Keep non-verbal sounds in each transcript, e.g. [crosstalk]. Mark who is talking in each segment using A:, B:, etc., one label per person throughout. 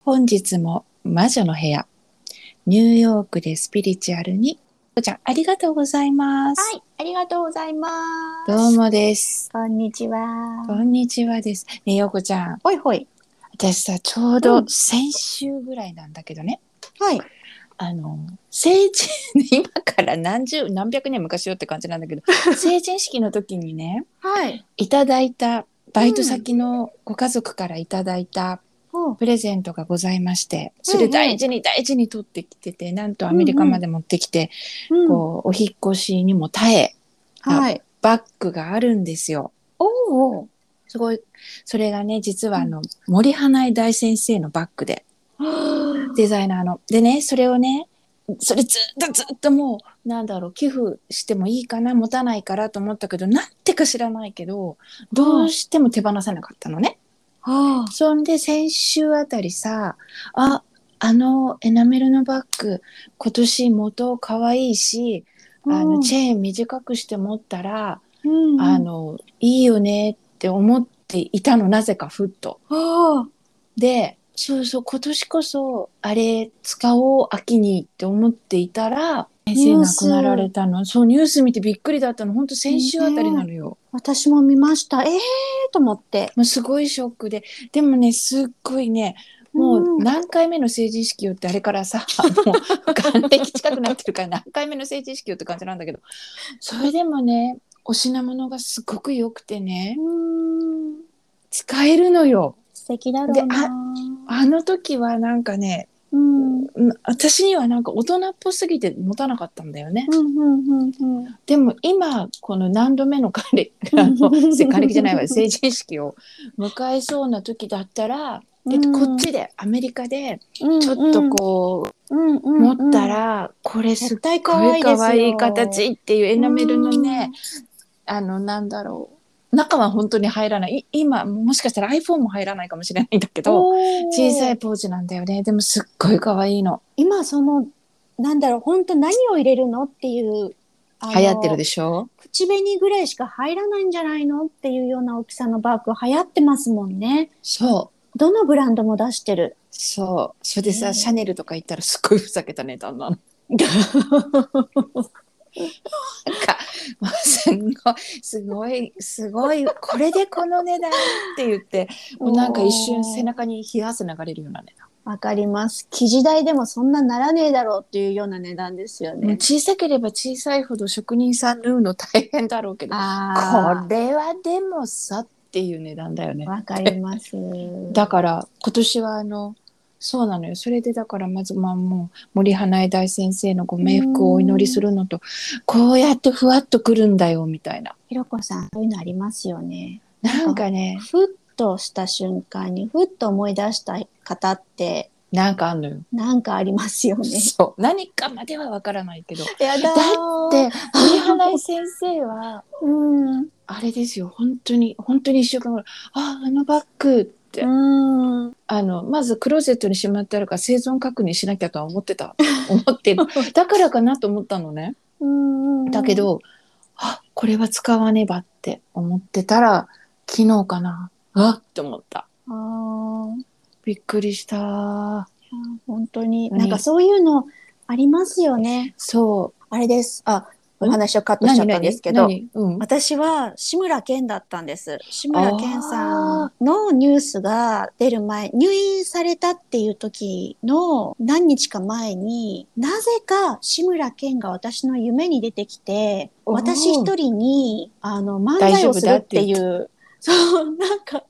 A: 本日も魔女の部屋ニューヨークでスピリチュアルにこちゃんありがとうございます、
B: はい、ありがとうございます。
A: どう。もです
B: こんにちは。
A: こんにちはですねえようこちゃん
B: ほいほい。
A: 私さちょう
B: う
A: ど
B: ん
A: 先週ぐらいなんだけどね、
B: はい。
A: あの成人 [laughs] 今から何十何百年昔よって感じなんだ
B: [laughs]
A: けど成人式の時にね
B: はい。
A: いただいたバイト先のご家族からいただいた
B: ほう。
A: プレゼントがございましてそ
B: うんう
A: れ
B: ん
A: 大事に大事に取ってきててなんとアメリカまで持ってきて、
B: うん
A: こうお引っ越しにも耐え
B: はい。
A: バッグがあるんですよ。
B: おお。
A: すごいそれがね実はあの森英恵大先生のバッグでデザイナーの。でねそれをねそれずっとずっともうなんだろう寄付してもいいかな持たないからと思ったけどなんてか知らないけどどうしても手放せなかったのね。
B: は
A: そんで先週あたりさああのエナメルのバッグ今年元可愛いしあのチェーン短くして持ったら、
B: うん
A: あ。のいいよねって思っていたのなぜかふっと。
B: は
A: でそうそう今年こそあれ使おう秋にって思っていたら先生
B: ニュー
A: 亡
B: ス
A: くなられたのそうニュース見てびっくりだったの本当先週あたりなのよ。
B: 私も見ました。ええー、と思って。
A: もうすごいショックででもねすっごいねもう
B: うん
A: 何回目の成人式よってあれからさ [laughs] もう還暦近くなってるから何回目の成人式よって感じなんだけどそれでもねお品物がすごく良くてね
B: うん。
A: 使えるのよ
B: 素敵だろ
A: で
B: うな。
A: あの時はなんかね
B: うん。うん
A: うん私にはなんか大人っぽすぎて持たなかったんだよね
B: うんうんうん。
A: でも今この何度目の還暦あのせ還暦じゃないわ成人式を迎えそうな時だったらで
B: うん
A: こっちでアメリカで
B: うんうん
A: ちょっとこう、
B: うんうんうん
A: 持ったら、これすっごい
B: 絶対可愛いですよ
A: 可愛い形っていうエナメルのね、あのなんだろう中は本当に入らないい今もしかしたら iPhone も入らないかもしれないんだけ
B: うん
A: ど
B: おー
A: 小さいポーチなんだよねでもすっごい可愛いの
B: 今そのなんだろう本当何を入れるのっていう
A: 流行ってる
B: で
A: でしょ
B: 口紅ぐらいしか入らないんじゃないのっていうような大きさのバッグ流行ってますもんね
A: そう
B: どのブランドも出してる
A: そうそれでさ、
B: うん
A: シャネルとか行ったらすっごいふざけた値段なの。なんかもうすんごいすごいすごいこれでこの値段って言 [laughs] ってもうなんか一瞬背中に冷や汗流れるような値段
B: わかります生地代でもそんなならねえだろうっていうような値段ですよ
A: もう
B: ね、
A: 小さければ小さいほど職人さん縫うの大変だろうけどこ
B: あ
A: れはでもさっていう値段だよね
B: あわかります
A: [laughs] だから今年はあのそうなのよそれでだからまずまあもう森英恵大先生のご冥福をお祈りするのとこうやってふわっとくるんだよみたいな
B: ひろこさんそういうのありますよね
A: なんかね
B: ふっとした瞬間にふっと思い出した方って
A: なんかあんのよ、
B: なんかありま
A: [laughs]
B: すよね
A: そう何かまではわからないけど
B: やだだ
A: で森英恵先生は
B: うん
A: あれですよ本当に本当に一週間ぐらい「あああのバッグ」って、
B: うん
A: あのまずクローゼットにしまってあるから生存確認しなきゃとは思ってた思って
B: [laughs]
A: るだからかなと思ったのね
B: うん
A: だけど、あこれは使わねばって思ってたら昨日かなあって思った
B: あー
A: びっくりした
B: いやー本当に
A: ね
B: なんかそういうのありますよね。
A: そう
B: あれです。あ、
A: うん
B: お話をカットしちゃったんですけど、
A: 何何うん、
B: 私は志村けんだったんです。志村けんさんのニュースが出る前、入院されたっていう時の何日か前に、なぜか志村けんが私の夢に出てきて、
A: おー
B: 私一人にあの漫
A: 大
B: 才
A: 丈
B: を
A: 夫
B: す
A: だ
B: るっ
A: って
B: てい
A: 言
B: う、そう、なんか、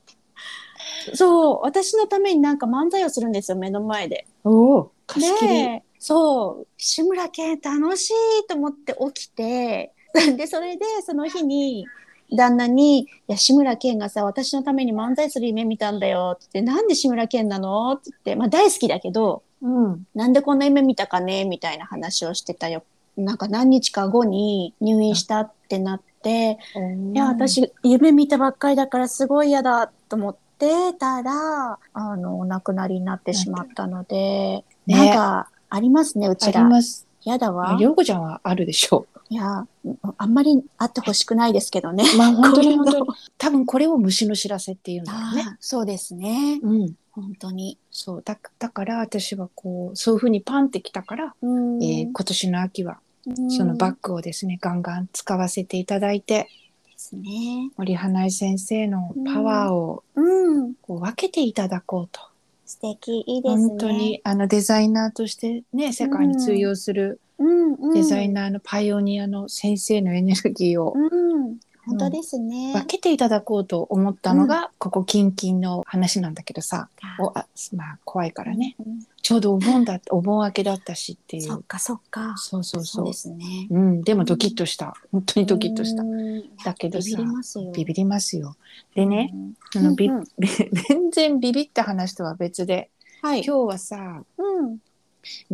B: そう、私のためになんか漫才をするんですよ、目の前で。
A: おお貸し切り、
B: でそう志村けん楽しいと思って起きて [laughs] でそれでその日に旦那に「いや志村けんがさ私のために漫才する夢見たんだよ」って「なんで志村けんなの?」って言って、まあ、大好きだけど
A: うん、
B: なんでこんな夢見たかねみたいな話をしてたよなんか何日か後に入院したってなっていや私夢見たばっかりだからすごい嫌だと思ってたらあのお亡くなりになってしまったので、
A: ね
B: なんかありますねう
A: あ
B: ち
A: り
B: ら
A: ます
B: 嫌だわ
A: ようこちゃんはあるでしょ
B: いやあんまりあってほしくないですけ [laughs] どね。
A: [laughs] うまあ本当に本
B: こういうの
A: 当に多分これを虫の知らせっていうんだろうね
B: あーそうですね。
A: うん
B: 本当に。
A: そうだだから私はこうそういうふうにパンってきたから、
B: うん
A: えー今年の秋はそのバッグをですね、ガンガン使わせていただいて
B: ですね。
A: 森花井先生のパワーを
B: うん、
A: こう分けていただこうと、
B: 素敵いいですね。
A: 本当にあのデザイナーとしてね世界に通用する
B: うん、うん、
A: デザイナーのパイオニアの先生のエネルギーを
B: うん、本当ですね。
A: 分けていただこうと思ったのが、ここキンキンの話なんだけどさおあまあ怖いからね
B: うん。
A: ちょうどお盆だお盆明けだったしってい
B: そっ
A: う
B: かそっか。
A: そうそう
B: そ
A: そうう
B: ですね。
A: うん、でもドキッとした本当にドキッとした
B: うん
A: だけどさ
B: ビビりますよ。
A: ビビりますよでね、
B: うん。
A: あのび
B: うんうん
A: 全然ビビった話とは別で
B: はい。
A: 今日はさ
B: うん。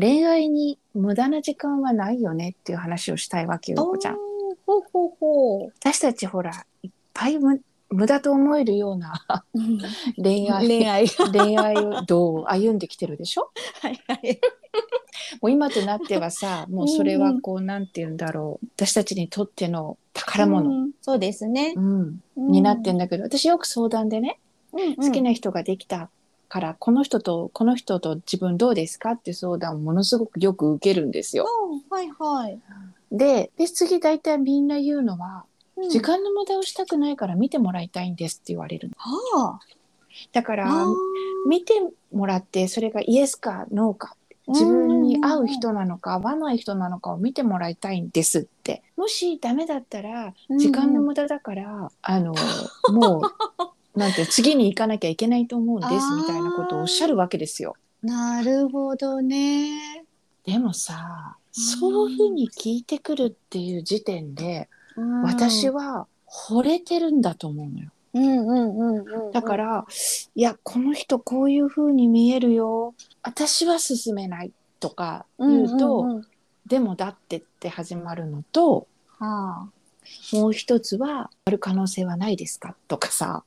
A: 恋愛に無駄な時間はないよねっていう話をしたいわけよこちゃん
B: おー。ほうほうほ
A: 私たちほらいっぱいむ無駄と思えるような [laughs]
B: う。
A: 恋愛
B: 恋愛。
A: [laughs] 恋愛をどう歩んできてるでしょ
B: はいはい。
A: もう今となってはさもうそれはこうなんて言うんだろう私たちにとっての宝物、
B: [laughs] うん。そうですね。
A: うんに
B: に
A: なってんだけど私よく相談でね好
B: 好
A: きな人ができたから、この人とこの人と自分どうですかって相談をものすごくよく受けるんですよ。
B: はいはい。
A: でで次大体みんな言うのは、
B: うん
A: 時間の無駄をしたくないから見てもらいたいんですって言われるの
B: は
A: だか
B: あ。
A: ら見てもらってそれがイエスかノーか自分に合う人なのか合わない人なのかを見てもらいたいんですってもしダメだったら時間の無駄だから、あの
B: [laughs]
A: もうなんて次に行かなきゃいけないと思うんですみたいなことをおっしゃるわけですよ。
B: なるほどね。
A: でもさ
B: うん
A: そういうふうに聞いてくるっていう時点で、私
B: は、
A: は惚れてるんだと思うのよ。
B: うんうんうんうん、、
A: だからら、いやこの人こういうふうに見えるよ私は進めないとか言うと、
B: んんんは
A: でもだってって始まるのと
B: あ、
A: もう一つはある可能性はないですかとかさ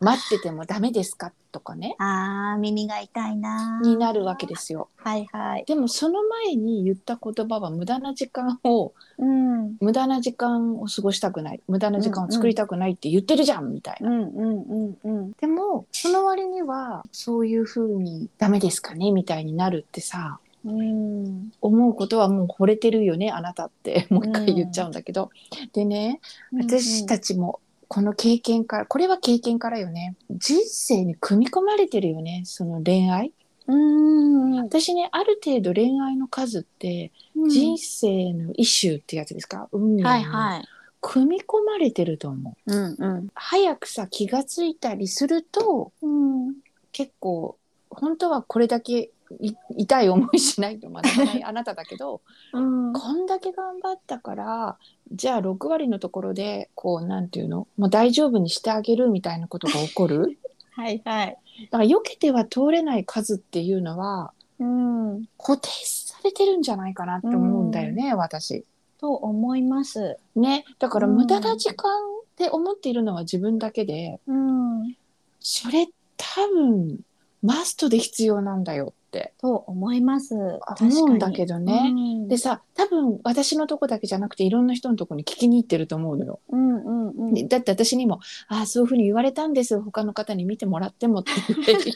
A: 待っててもダメですかとかね
B: あー耳が痛いな。
A: になるわけですよ。
B: はいはい。
A: でもその前に言った言葉は無駄な時間を
B: うんうん
A: 無駄な時間を過ごしたくない無駄な時間を作りたくないって言ってるじゃん、みたいな。
B: うんうんうん。
A: でもその割にはそういうふうにダメですかねみたいになるってさ
B: うん
A: 思うことはもう惚れてるよねあなたってもう一回言っちゃうんだけど、でね私た
B: ち、
A: ちもこの経験からこれは経験からよね人生に組み込まれてるよねその恋愛
B: うんうん、
A: 私ねある程度恋愛の数って人生の一周ってやつですか、運命
B: はい
A: に
B: はい。
A: 組み込まれてると思う、
B: うんうん
A: 早くさ気がついたりすると
B: うん。
A: 結構本当はこれだけい痛い思いしないと学ばない
B: [laughs]
A: あなただけど
B: うん
A: こんだけ頑張ったからじゃあ6割のところでこうなんていうのもう大丈夫にしてあげるみたいなことが起こる
B: はいはい。
A: だから避けては通れない数っていうのは
B: うん。
A: 固定されてるんじゃないかなって思うんだよね、私。
B: と思います。
A: ねだから
B: うん
A: 無駄な時間って思っているのは自分だけで、
B: うん。
A: それ多分マストで必要なんだよって
B: と思います。
A: 思うんだけど
B: 確か
A: ね。
B: に。
A: でさ多分私のとこだけじゃなくていろんな人のとこに聞きに行ってると思うのよ。
B: うんうんうん。
A: でだって私にも「ああそういうふうに言われたんです他の方に見てもらっても」って言ってる
B: [laughs]
A: 人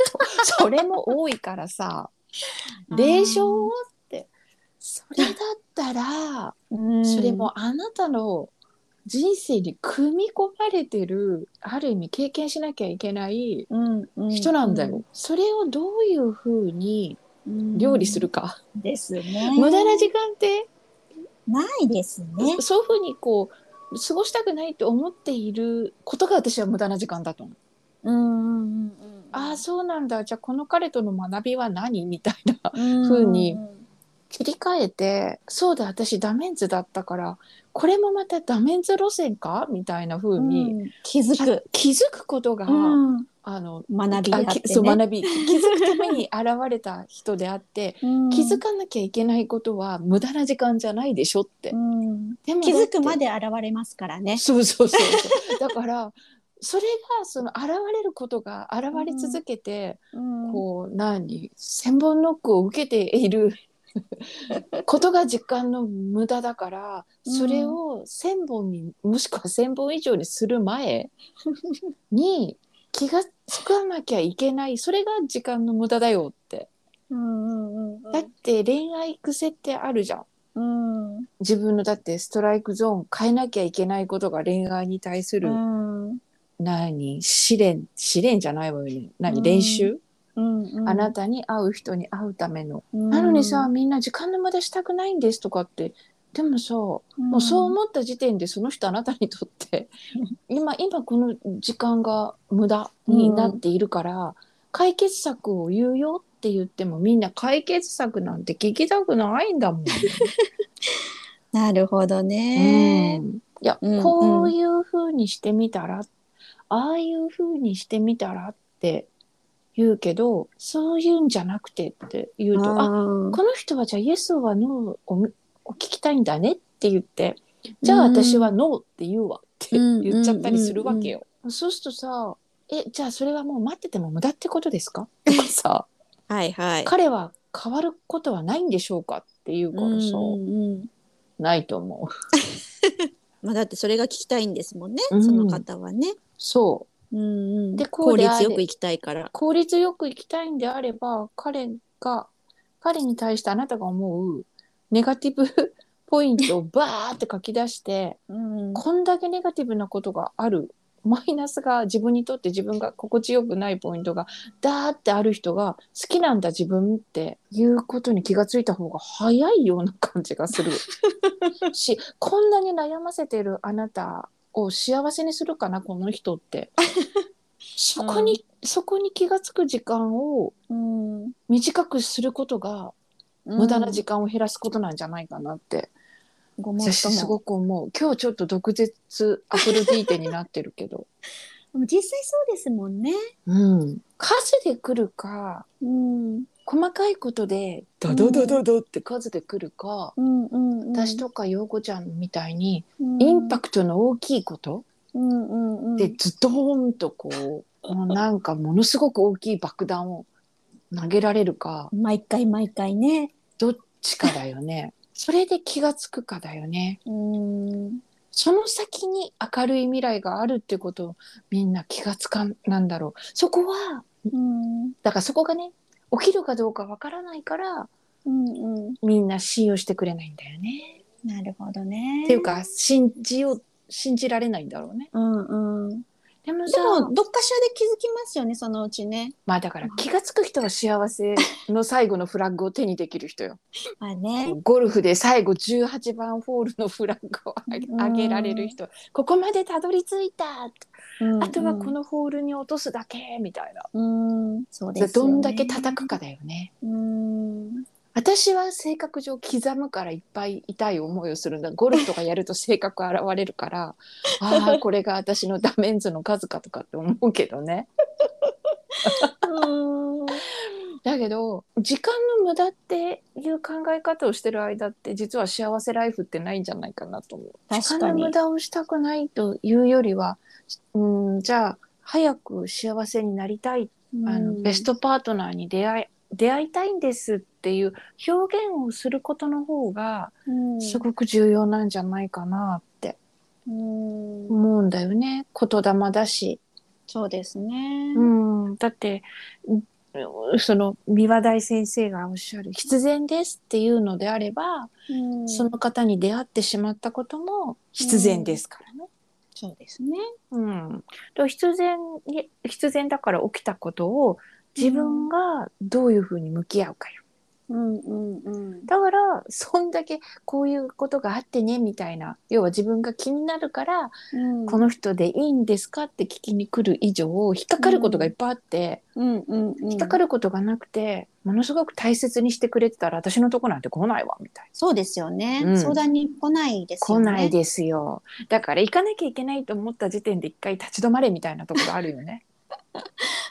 A: それも多いからさ「でしょ?」ってそれだったら
B: うん
A: それもあなたの人生に組み込まれてるある意味経験しなきゃいけない
B: うんうん
A: 人なんだよ、それをどういうふうに料理するか、
B: うんですね。
A: 無駄な時間って
B: ないですね。
A: そういうふうにこう過ごしたくないと思っていることが私は無駄な時間だと思う、
B: うんうんうんうん。
A: ああそうなんだじゃあこの彼との学びは何みたいな
B: うん
A: ふうに。切り替えてそうだ私ダメンズだったからこれもまたダメンズ路線かみたいなふうに、
B: うん気づく。
A: 気づくことが、
B: うん
A: あの
B: 学び
A: あ
B: やっ
A: き
B: て
A: そう
B: ね。
A: 学び気づくために現れた人であって気づ
B: く。
A: かなきゃいけないことは無駄な時間じゃないでしょって。
B: うん
A: でも
B: 気づくま
A: で
B: で現れますから [laughs] ね。
A: そうそうそうそう。だからそれがその現れることが現れ続けて、
B: うん
A: こう何千本ノックを受けてい
B: [laughs]
A: ることが時間の無駄だからそれ
B: [laughs]
A: を千本にもしくは千本以上にする前に気がつかなきゃいけないそれが時間の無駄だよって
B: うんうんうん
A: だって恋愛癖ってあるじゃん
B: うん
A: 自分のだってストライクゾーン変えなきゃいけないことが恋愛に対する、
B: うん
A: 何試練試練じゃないわよね
B: う
A: 何
B: ん
A: 練習、
B: うん
A: あなたに会う人に会うための、
B: な
A: なのにさ、みんな時間の無駄したくないんですとかってでもさ、
B: も
A: もうそう思った時点でその人あなたにと
B: [laughs]
A: って今今この時間が無駄になっているから、解決策を言うよって言ってもみんな解決策なんて聞きたくないんだもん。
B: なるほどね。
A: うんいや、
B: うん
A: こういうふうにしてみたらああいうふうにしてみたらって言うけどそういうんじゃなくてって言うとあ
B: あ
A: この人はじゃあイエスはノーをみを聞きたいんだねって言ってじゃあ私はノーって言うわって
B: うん
A: 言っちゃったりするわけよ。そうするとさえじゃあそれはもう待ってても無駄ってこと [laughs] ですかとかさ
B: はいはい。
A: 彼は変わることはないんでしょうかっていうからさ、
B: うんうん
A: ないと思う。
B: まあだってそれが聞きたいんですもんね。
A: うん
B: その方はね。
A: そう
B: うんうん
A: でこ
B: 効
A: うであ
B: 率
A: れ
B: よく行きたいから。
A: 効率よく生きたいんであれば彼が彼に対してあなたが思うネガティブ [laughs] ポイントをバーって書き出して
B: うん
A: こんだけネガティブなことがあるマイナスが自分にとって自分が心地よくないポイントがだーってある人が好きなんだ自分っていうことに気がついた方が早いような感じがするしこんなに悩ませてるあなたを幸せにするかなこの人ってそこに、そこに気がつく時間を
B: うん
A: 短くすることが無駄な時間を減らすことなんじゃないかなって
B: ごもっと
A: 私
B: も
A: すごく思う今日ちょっと毒舌アフロディーテになってるけど
B: でも実際そうですもんね。
A: [laughs] うん数で来るか
B: うん
A: 細かいことで
B: う
A: ド
B: ん
A: ドドドドって数で来るか、
B: うんうんうん。
A: 私とか陽子ちゃんみたいに、
B: うん
A: インパクトの大きいこと
B: うんうんうん。
A: でズドーンとこう、もうなんかものすごく大きい爆弾を投げられるか
B: 毎回毎回ね。
A: どっちかだよ [laughs] ねそれで気がつくかだよね。
B: うん。
A: その先に明るい未来があるってことをみんな気がつかんなんだろうそこは
B: うん
A: だからそこがね起きるかどうかわからないから
B: うんうん。
A: みんな信用してくれないんだよね。
B: なるほどね。
A: っていう。か信じよう信じられないんだろうね。
B: うんうん。
A: でも
B: で
A: さ
B: もどっかしらで気づきますよねそのうちね。
A: まあだから気がつく人は幸せの最後のフラッグを手にできる人よ。
B: まあね。
A: ゴルフで最後18番ホールのフラッグを上げ
B: うん
A: 上げられる人ここまでたどり着いたあ
B: あ
A: とはこ。のホールに落とすだけみたいな。
B: うん。そうですよ
A: ど
B: ね
A: んだけ叩く。かだよね。
B: うん。
A: 私は性格上刻むからいっぱい痛い思いをするんだゴルフとかやると性格現れるから
B: [laughs]
A: ああこれが私のダメンズの数かとかって思うけどね
B: うん。
A: だけど時間の無駄っていう考え方をしてる間って実は幸せライフってないんじゃないかなと思う
B: 確
A: 時
B: か
A: 間の
B: に
A: 無。駄をしたくないというよりはうんじゃあ早く幸せになりたい [laughs] あのベストパートナーに出会い出会いたいんですっていう表現をすることの方が
B: うん。
A: すごく重要なんじゃないかなって
B: うん。
A: 思うんだよね言霊だし、
B: そうですね。
A: うん、だってうんその三輪大先生がおっしゃる必然ですっていうのであれば、
B: うん
A: その方に出会ってしまったことも必然ですからね。
B: そうですね。
A: うん、で必然に必然だから起きたことを自分がどういうふうに向き合うかよ。
B: うんうんうん。
A: だからそんだけこういうことがあってねみたいな要は自分が気になるから、
B: うん
A: この人でいいんですかって聞きに来る以上引っかかることがいっぱいあって、
B: うんうんうん。
A: 引っかか
B: る。
A: ることがなくてものすごく大切にしてくれてたら私のとこなんて来ないわみたいな。
B: そうですよね
A: う。ん
B: 相談に来ないです
A: 来
B: よね。
A: ないですよだから行かなきゃいけないと思った時点で一回立ち止まれみたいなところあるよね。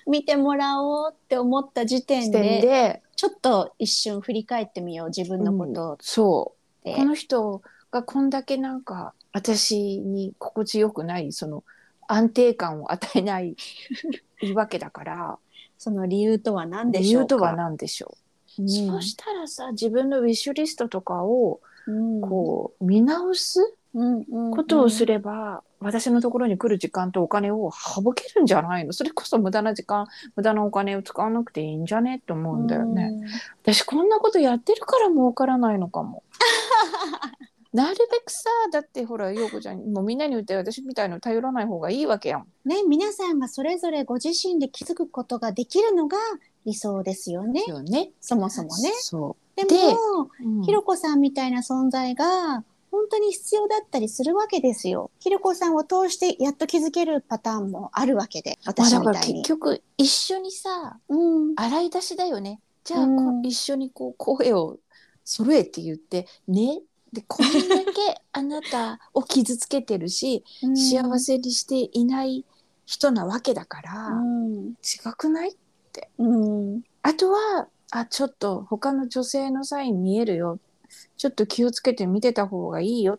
B: 見てもらおうって思った時点
A: 視点
B: で、
A: で
B: ちょっと一瞬振り返ってみよう自分のことっ
A: そう
B: て。
A: この人がこんだけなんか私に心地よくないその安定感を与えない
B: [laughs]
A: いいわけだから
B: その理由とは何で
A: 理
B: しょ
A: 由
B: うか。
A: とは何でしょ
B: う
A: う、
B: ん
A: そうしたらさ自分のウィッシュリストとかを
B: うん
A: こう見直す、
B: ううんうん
A: ことをす
B: る
A: れば、私のところに来る時間とお金を省けるんじゃないのそれこそ無駄な時間無駄なお金を使わなくていいんじゃねって思うんだよね、私こんなことやってるから儲からないのかもなるべくさだってほら陽子ちゃんもうみんなに言って私みたいの頼らない方がいいわけやん
B: ね、皆さんがそれぞれご自身で気づくことができるのが理想ですよね。
A: よね
B: そもそもね。
A: そ
B: で
A: で
B: も、
A: う、うん
B: ひろこさんみたいな存在が本当に必要だったりするわけですよ。ひろこさんを通してやっと気づけるパターンもあるわけで、
A: まあ
B: 私
A: だ
B: み
A: から
B: たい
A: 結
B: に。
A: 局一緒にさ
B: うん。
A: 洗い出しだよねじゃあ、
B: うん
A: こう一緒にこう声を揃えて言ってねでこんだ
B: [laughs]
A: けあなたを傷つけてるし、
B: うん
A: 幸。せにしていない人なわけだから、
B: うん。
A: 違くない
B: うん。
A: あとはあちょっと他の女性のサイン見えるよちょっと気をつけて見てた方がいいよ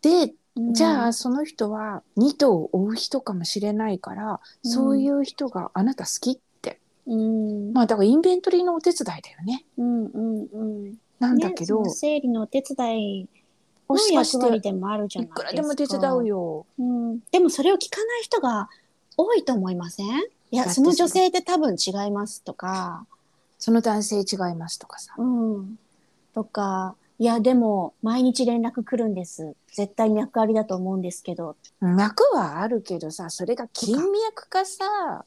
A: でじゃ
B: う
A: あ
B: ん、
A: その人は二頭を追う人かもしれないから、
B: うん
A: そういう人があなた好きって
B: うん。
A: まあだからインベントリーのお手伝いだよね
B: うんうんうん。
A: なんだけど、
B: ね、その整理のお手伝い
A: も
B: の
A: しかし
B: 役割
A: て
B: でもあるじゃないいですか。
A: くらでも手伝うよ
B: うん、でもそれを聞かない人が多いと思いませんい
A: だ
B: や
A: って
B: その女性って多分違いますとか、
A: その男性違いますとかさ
B: うん、とかいやでも毎日連絡来るんです絶対に役割だと思うんですけど
A: 脈はあるけどさそれが金脈かさ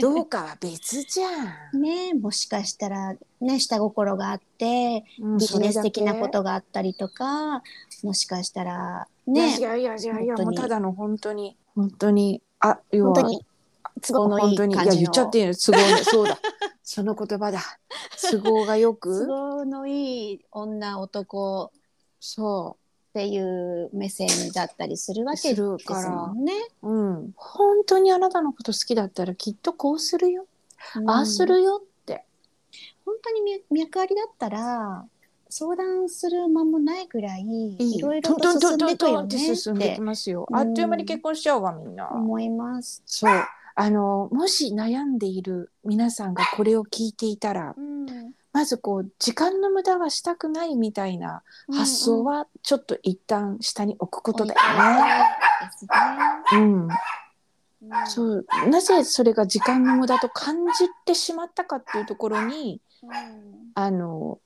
A: どうかは別じゃん。
B: ねもしかしたらね下心があって
A: うん
B: ビジネス的なこ。
A: それだ
B: とがあったりとかもしかしたら
A: け
B: ね
A: いやいやいやいや
B: 本当に
A: もうただの本当に本当にあ要
B: 本
A: は
B: 当に都合のいい感じの
A: 本当にいや言っちゃっていいの都合の
B: [laughs]
A: そうだその言葉だ都合がよ
B: [laughs] 都
A: く
B: 合のいい女男
A: そ
B: っていう目線だったりするわけですもんね。
A: ううん本当にあなたのこと好きだったらきっとこうするよ、
B: うん
A: ああするよって
B: 本当に脈脈ありだったら相談する間もないぐらいいろいろと進んでく
A: トン
B: よ
A: トントントンっ
B: ね
A: て進ん
B: っ
A: でい
B: て
A: きますよ
B: うん
A: あっという間に結婚しちゃうわみんな、
B: 思います。
A: そうあのもし悩んでいる皆さんがこれを聞いていたらまずこう時間の無駄はしたくないみたいな発想はちょっと一旦下に置くことだよね。
B: ですね
A: うん
B: うん
A: そうなぜそれが時間の無駄と感じてしまったかっていうところに
B: うん
A: あの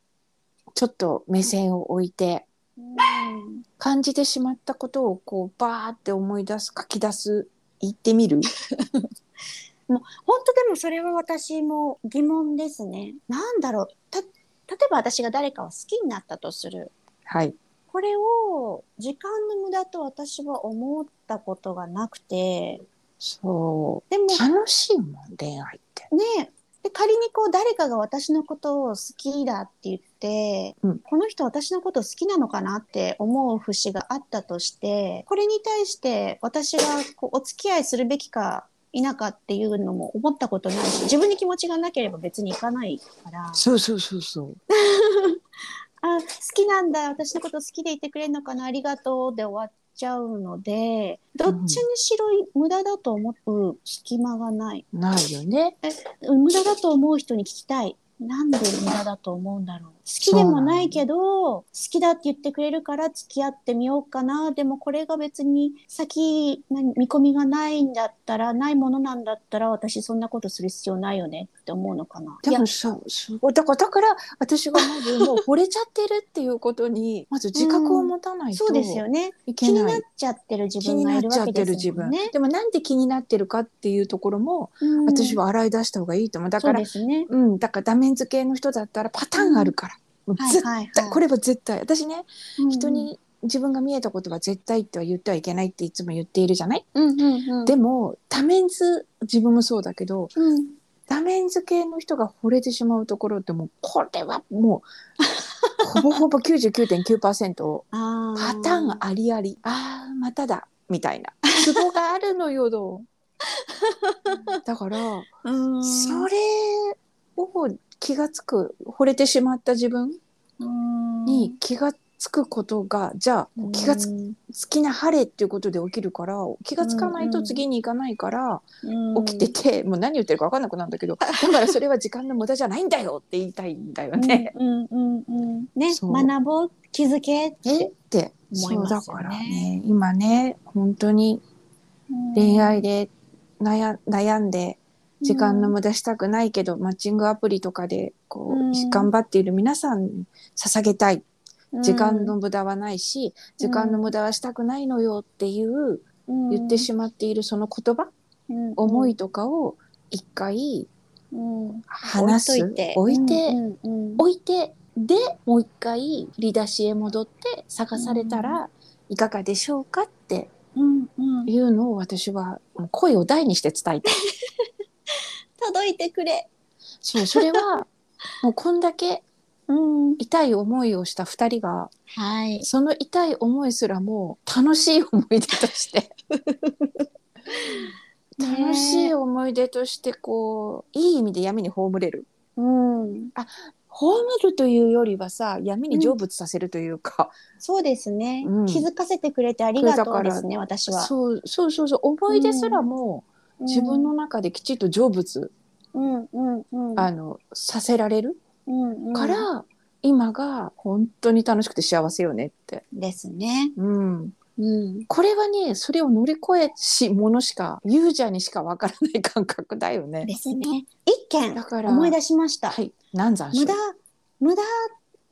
A: ちょっと目線を置いて
B: うん
A: 感じてしまったことをこうバーって思い出す書き出す言ってみる
B: 本当でもそれは私も疑問ですね。なんだろうた例えば私が誰かを好きになったとする
A: はい
B: これを時間の無駄と私は思ったことがなくて
A: そ
B: でも
A: う楽しいもん恋愛って
B: ねで仮にこう誰かが私のことを好きだって言って、
A: うん
B: この人私のこと好きなのかなって思う節があったとしてこれに対して私がこうお付き合いするべきか否かっていうのも思ったことないし自分に気持ちがなければ別にいかないから
A: そうそうそうそう
B: あ好きなんだ私のこと好きでいてくれるのかなありがとうで終わっちゃうのでどっちにしろ無駄だと思う隙間がない。
A: ないよね
B: 無駄だと思う人に聞きたい。なんで無駄だと思うんだろう。好きでもないけど、好きだって言ってくれるから付き合ってみようかな。でもこれが別に先、何見込みがないんだったら、ないものなんだったら、私そんなことする必要ないよねって思うのかな。い
A: で
B: や
A: も、さすごいだからだから私がまずもう惚れちゃってるっていうことにまず自覚を持たないと
B: そうですよね。
A: いけ
B: 気に
A: な
B: ないっ。ちゃってる自
A: 気
B: 分
A: に
B: が
A: ないっ
B: る
A: ちゃ
B: わ
A: っ
B: け
A: て
B: で
A: る
B: す
A: 自
B: も
A: 分
B: んね。
A: でもなんで気になってるかっていうところも、
B: うん
A: 私は洗い出した方がいいと思うだ
B: そ
A: か
B: う
A: ら
B: ですね。
A: うんだからダメン付けの人だったらパターンあるから、もう
B: はい
A: 絶対、
B: はいはい。
A: これは絶対私ね
B: うん
A: 人、に自分が見えたことは絶対っては言ってはいけないっていつも言っているじゃない、
B: うんうんうん、
A: でもダメンズ自分もそうだけど
B: うん、
A: ダメンズ系の人が惚れてしまうところってもうこれはもう
B: [laughs]
A: ほぼほぼ99.9%
B: あ
A: パターンありありあーまただみたいなツボがあるのよ
B: [laughs]
A: どうだから
B: ーうん
A: それを気がつく惚れてしまった自分
B: うん
A: に気がつくことがじゃあ気がつ
B: うん
A: 好きな晴れっていうことで起きるから気がつかない
B: うんう
A: と
B: ん
A: 次に行かないから
B: うん
A: 起きててもう何言ってるか分かんなくなるんだけどだからそれは時間の無駄じゃないんだよって言いたいんだよね。
B: うんうんうんうんね
A: そう
B: 学ぼう気づけって
A: えって
B: 思い
A: そう
B: ま
A: だ
B: すよ
A: から
B: ね。
A: ね今ね本当に
B: うん
A: 恋愛で悩悩んで時間の無駄したくないけど、マッチングアプリとかでこう、
B: うん
A: 頑張っている皆さんに捧げたい時間の
B: うん
A: 無駄はないし、時間の無駄はしたくないのよっていう、言ってしまっているその言葉、
B: うん
A: 思いとかを一回
B: うん
A: 話す
B: 置いと
A: 置い
B: いて
A: て
B: うんうんうん
A: 置いてでもう一回リダシへ戻って探されたらいかがでしょうかって
B: うんうん
A: いうのを私はもう声を大にして伝えたい
B: 届いてくれ。
A: そうそれ [laughs] はもうこんだけ
B: うん、
A: 痛い思いをした2人が
B: はい。
A: その痛い思いすらもう楽しい思い出として
B: ね
A: 楽しい思い出としてこういい意味で闇に葬れる
B: うん、
A: 葬るというよりはさ闇に成仏させるというか、
B: そうですね、
A: うん
B: 気づかせてくれてありがとうです
A: こ
B: ね、私は。
A: そうそうそうそう思い出すらも
B: うん
A: 自分の、中できちっと成仏、
B: うんうんうん、
A: あのさせられる
B: うんうん
A: から、今が本当に楽しくて幸せよねって、
B: ですね。
A: うん、
B: うん、
A: これはねそれを乗り越えしものしかユーザーにしかわからない感覚だよね。
B: ですね。一件
A: だから
B: 思い出しました。
A: はい難産
B: 無駄無駄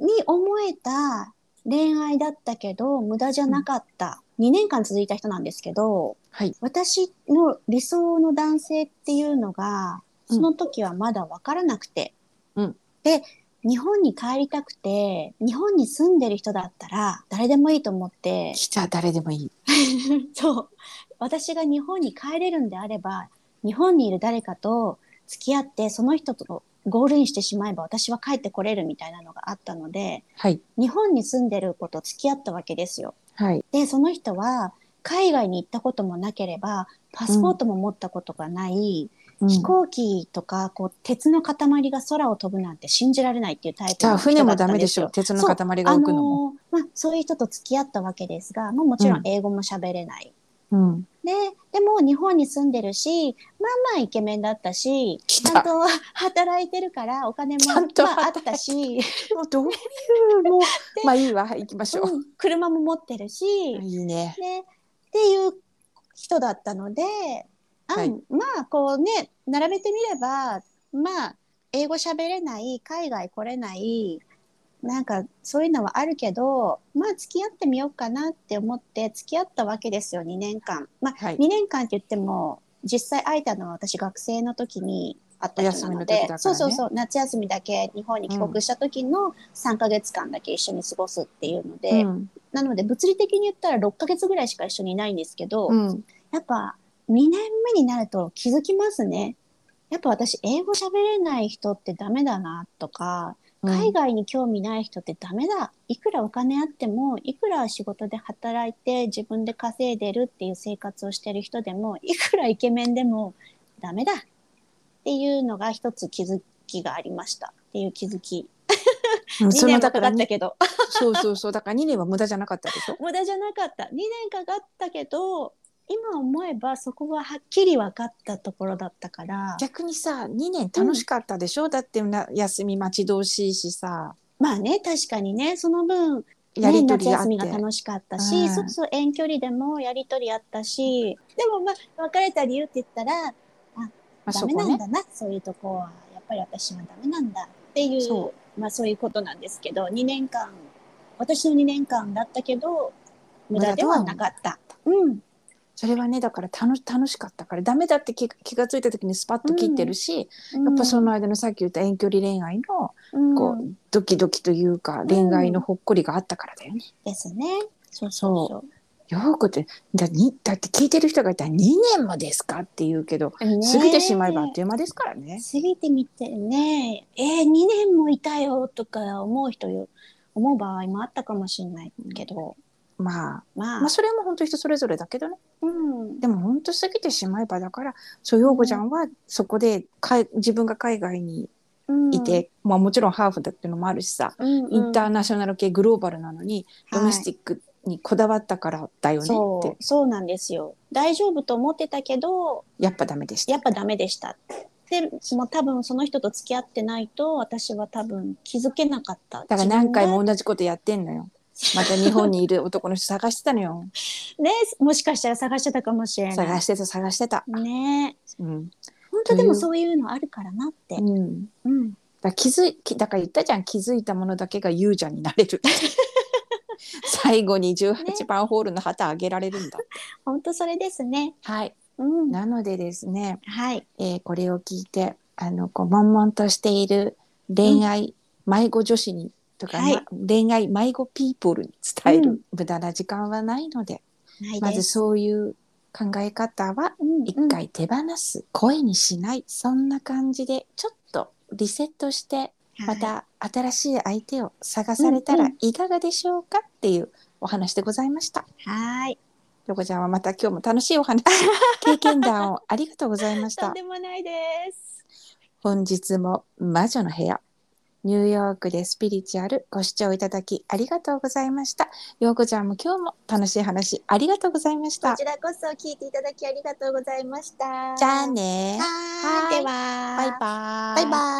B: に思えた恋愛だったけど無駄じゃなかった、2年間続いた人なんですけど
A: はい
B: 私の理想の男性っていうのが
A: うん
B: その時はまだ分からなくて、
A: うん
B: で日本に帰りたくて日本に住んでる人だったら誰でもいいと思って
A: 来た誰でもいい。
B: [laughs] そう私が日本に帰れるんであれば日本にいる誰かと付き合ってその人とゴールインしてしまえば私は帰ってこれるみたいなのがあったので
A: はい
B: 日本に住んでる子と付き合ったわけですよ。
A: はい
B: でその人は海外に行ったこともなければパスポートも持ったことがない、
A: うん
B: 飛行機とかこう鉄の塊が空を飛ぶなんて信じられないっていうタイプ
A: じゃ
B: の
A: あ
B: 人
A: 船
B: だ
A: も
B: った
A: ダ
B: ん
A: メですし
B: よ
A: ょ鉄の塊が浮くのも。
B: あのーまあ、そういう人と付き合ったわけですが、まあ、もちろん英語も喋れない。
A: うん、
B: ででも日本に住んでるしまあまあイケメンだったし
A: 来
B: ち
A: た
B: ゃんと働いてるからお金も
A: ちゃんと
B: まあ、あったし、
A: もうどういう
B: [laughs]
A: もうまあいいわはい行きましょう。
B: うん車も持ってるし、
A: いいね。
B: ね、っていう人だったので、あ
A: はい
B: まあこうね並べてみればまあ英語喋れない海外来れないなんかそういうのはあるけどまあ付き合ってみようかなって思って付き合ったわけですよ2年間。まあ、
A: はい
B: 2年間って言っても実際会えたのは私学生の時に会った人なので
A: お休みの時だからね
B: そうそうそう夏休みだけ日本に帰国した時の3ヶ月間だけ一緒に過ごすっていうので。
A: うん
B: なので物理的に言ったら6ヶ月ぐらいしか一緒にいないんですけど、
A: うん、
B: やっぱ2年目になると気づきますね。やっぱ私英語喋れない人ってダメだなとか、海外に興味ない人ってダメだ。いくらお金あっても、いくら仕事で働いて自分で稼いでるっていう生活をしてる人でも、いくらイケメンでもダメだっていうのが一つ気づきがありましたっていう気づき。
A: うん、
B: 2
A: その
B: 年も
A: だ
B: か
A: か
B: からったけど。
A: そうそうそうだから2年は無駄じゃなかったでしょ。
B: 無駄じゃなかった2年かかったけど今思えばそこははっきり分かったところだったから
A: 逆にさ2年楽しかったでしょ、だってな休み待ち遠しいしさ
B: まあね確かにねその分、
A: や
B: ね、
A: りとり
B: 夏
A: があっ
B: 休
A: て、
B: みが楽しかった
A: う
B: し
A: ん
B: そうそう遠距離でもやり取りあったしでもまあ別れた理由って言ったら
A: まあ、
B: ダ
A: そ
B: メ
A: こ
B: なん
A: ね
B: だなそう,、いうとこはやっぱり私はダメなんだっていう
A: そ
B: まあ、そういうことなんですけど2年間私の2年間だったけど無駄ではなかった。うん、
A: それはねだから楽楽しかったからダメだって気気がついた時にスパッと切ってるし、やっぱその間のさっき言った遠距離恋愛の
B: うん
A: こう
B: うん
A: ドキドキというか恋愛のほっこりがあったからだよね。
B: ですね。そう
A: そう
B: そう
A: よくてだにだって聞いてる人がいたら2年もですかって言うけど
B: そう。ね
A: 過ぎてしまえばあっという間ですからね。
B: 過ぎてみてね、えー、2年もいたよとか思う人よ、思う場合もあったかもしれないけど、
A: まあ
B: まあ、
A: まあそれも本当人それぞれだけどね
B: うん、
A: でも本当過ぎてしまえばだからそう陽子ちゃんはそこでかい自分が海外に
B: うん
A: い、て、まあ、もちろんハーフだっていうのもあるしさ、
B: うんうん
A: インターナショナル系グローバルなのに、ドメスティックにこだわったからだよねって、
B: そう、そうなんですよ。大丈夫と思ってたけど、
A: やっぱダメでした。
B: やっぱダメでした。で、もう多分その人と付き合ってないと、私は多分気づけなかった。
A: だから何回
B: 自分が
A: も同じことやってんのよ。また日本にいる男の人探してたの
B: [laughs]
A: よ。
B: ねもしかしたら探してたかもしれない。
A: 探してた、探してた。
B: ね
A: うん。
B: 本当でもそういうのあるからなって。
A: うん。だ
B: うん。
A: から気づい、きだから言ったじゃん、気づいたものだけが勇者になれ
B: [laughs]
A: る。最後に18番ホールの旗あげられるんだ。
B: 本当それですね。
A: はい。
B: うん。
A: なのでですね、
B: はい。
A: えーこれを聞いて、あの、こう、悶々としている恋愛、迷子女子に、とか、
B: はい
A: ま恋愛迷子ピーポールに伝える、
B: うん
A: 無駄な時間はないので、
B: ない
A: ま
B: で
A: ず
B: す。
A: そういう考え方は
B: うん
A: 一。回手放す、声にしないそんな感じでちょっとリセットして
B: うん
A: ま。た新しい相手を探された
B: う
A: ら
B: んうん
A: いかがでしょうかっていうお話でございました。
B: はい。
A: ロコちゃんはまた今日も楽しいお話
B: [laughs]
A: 経験談をありがとうございまし
B: とん
A: た。
B: でもないです。
A: 本日も魔女の部屋ニューヨークでスピリチュアルご視聴いただきありがとうございました。ヨーコちゃんも今日も楽しい話ありがとうございまし
B: こ
A: た。
B: ちらこそ聞いていただきありがとうございました。
A: じゃあ。ね。
B: はーい。では。
A: バイバイ。
B: バイバイ。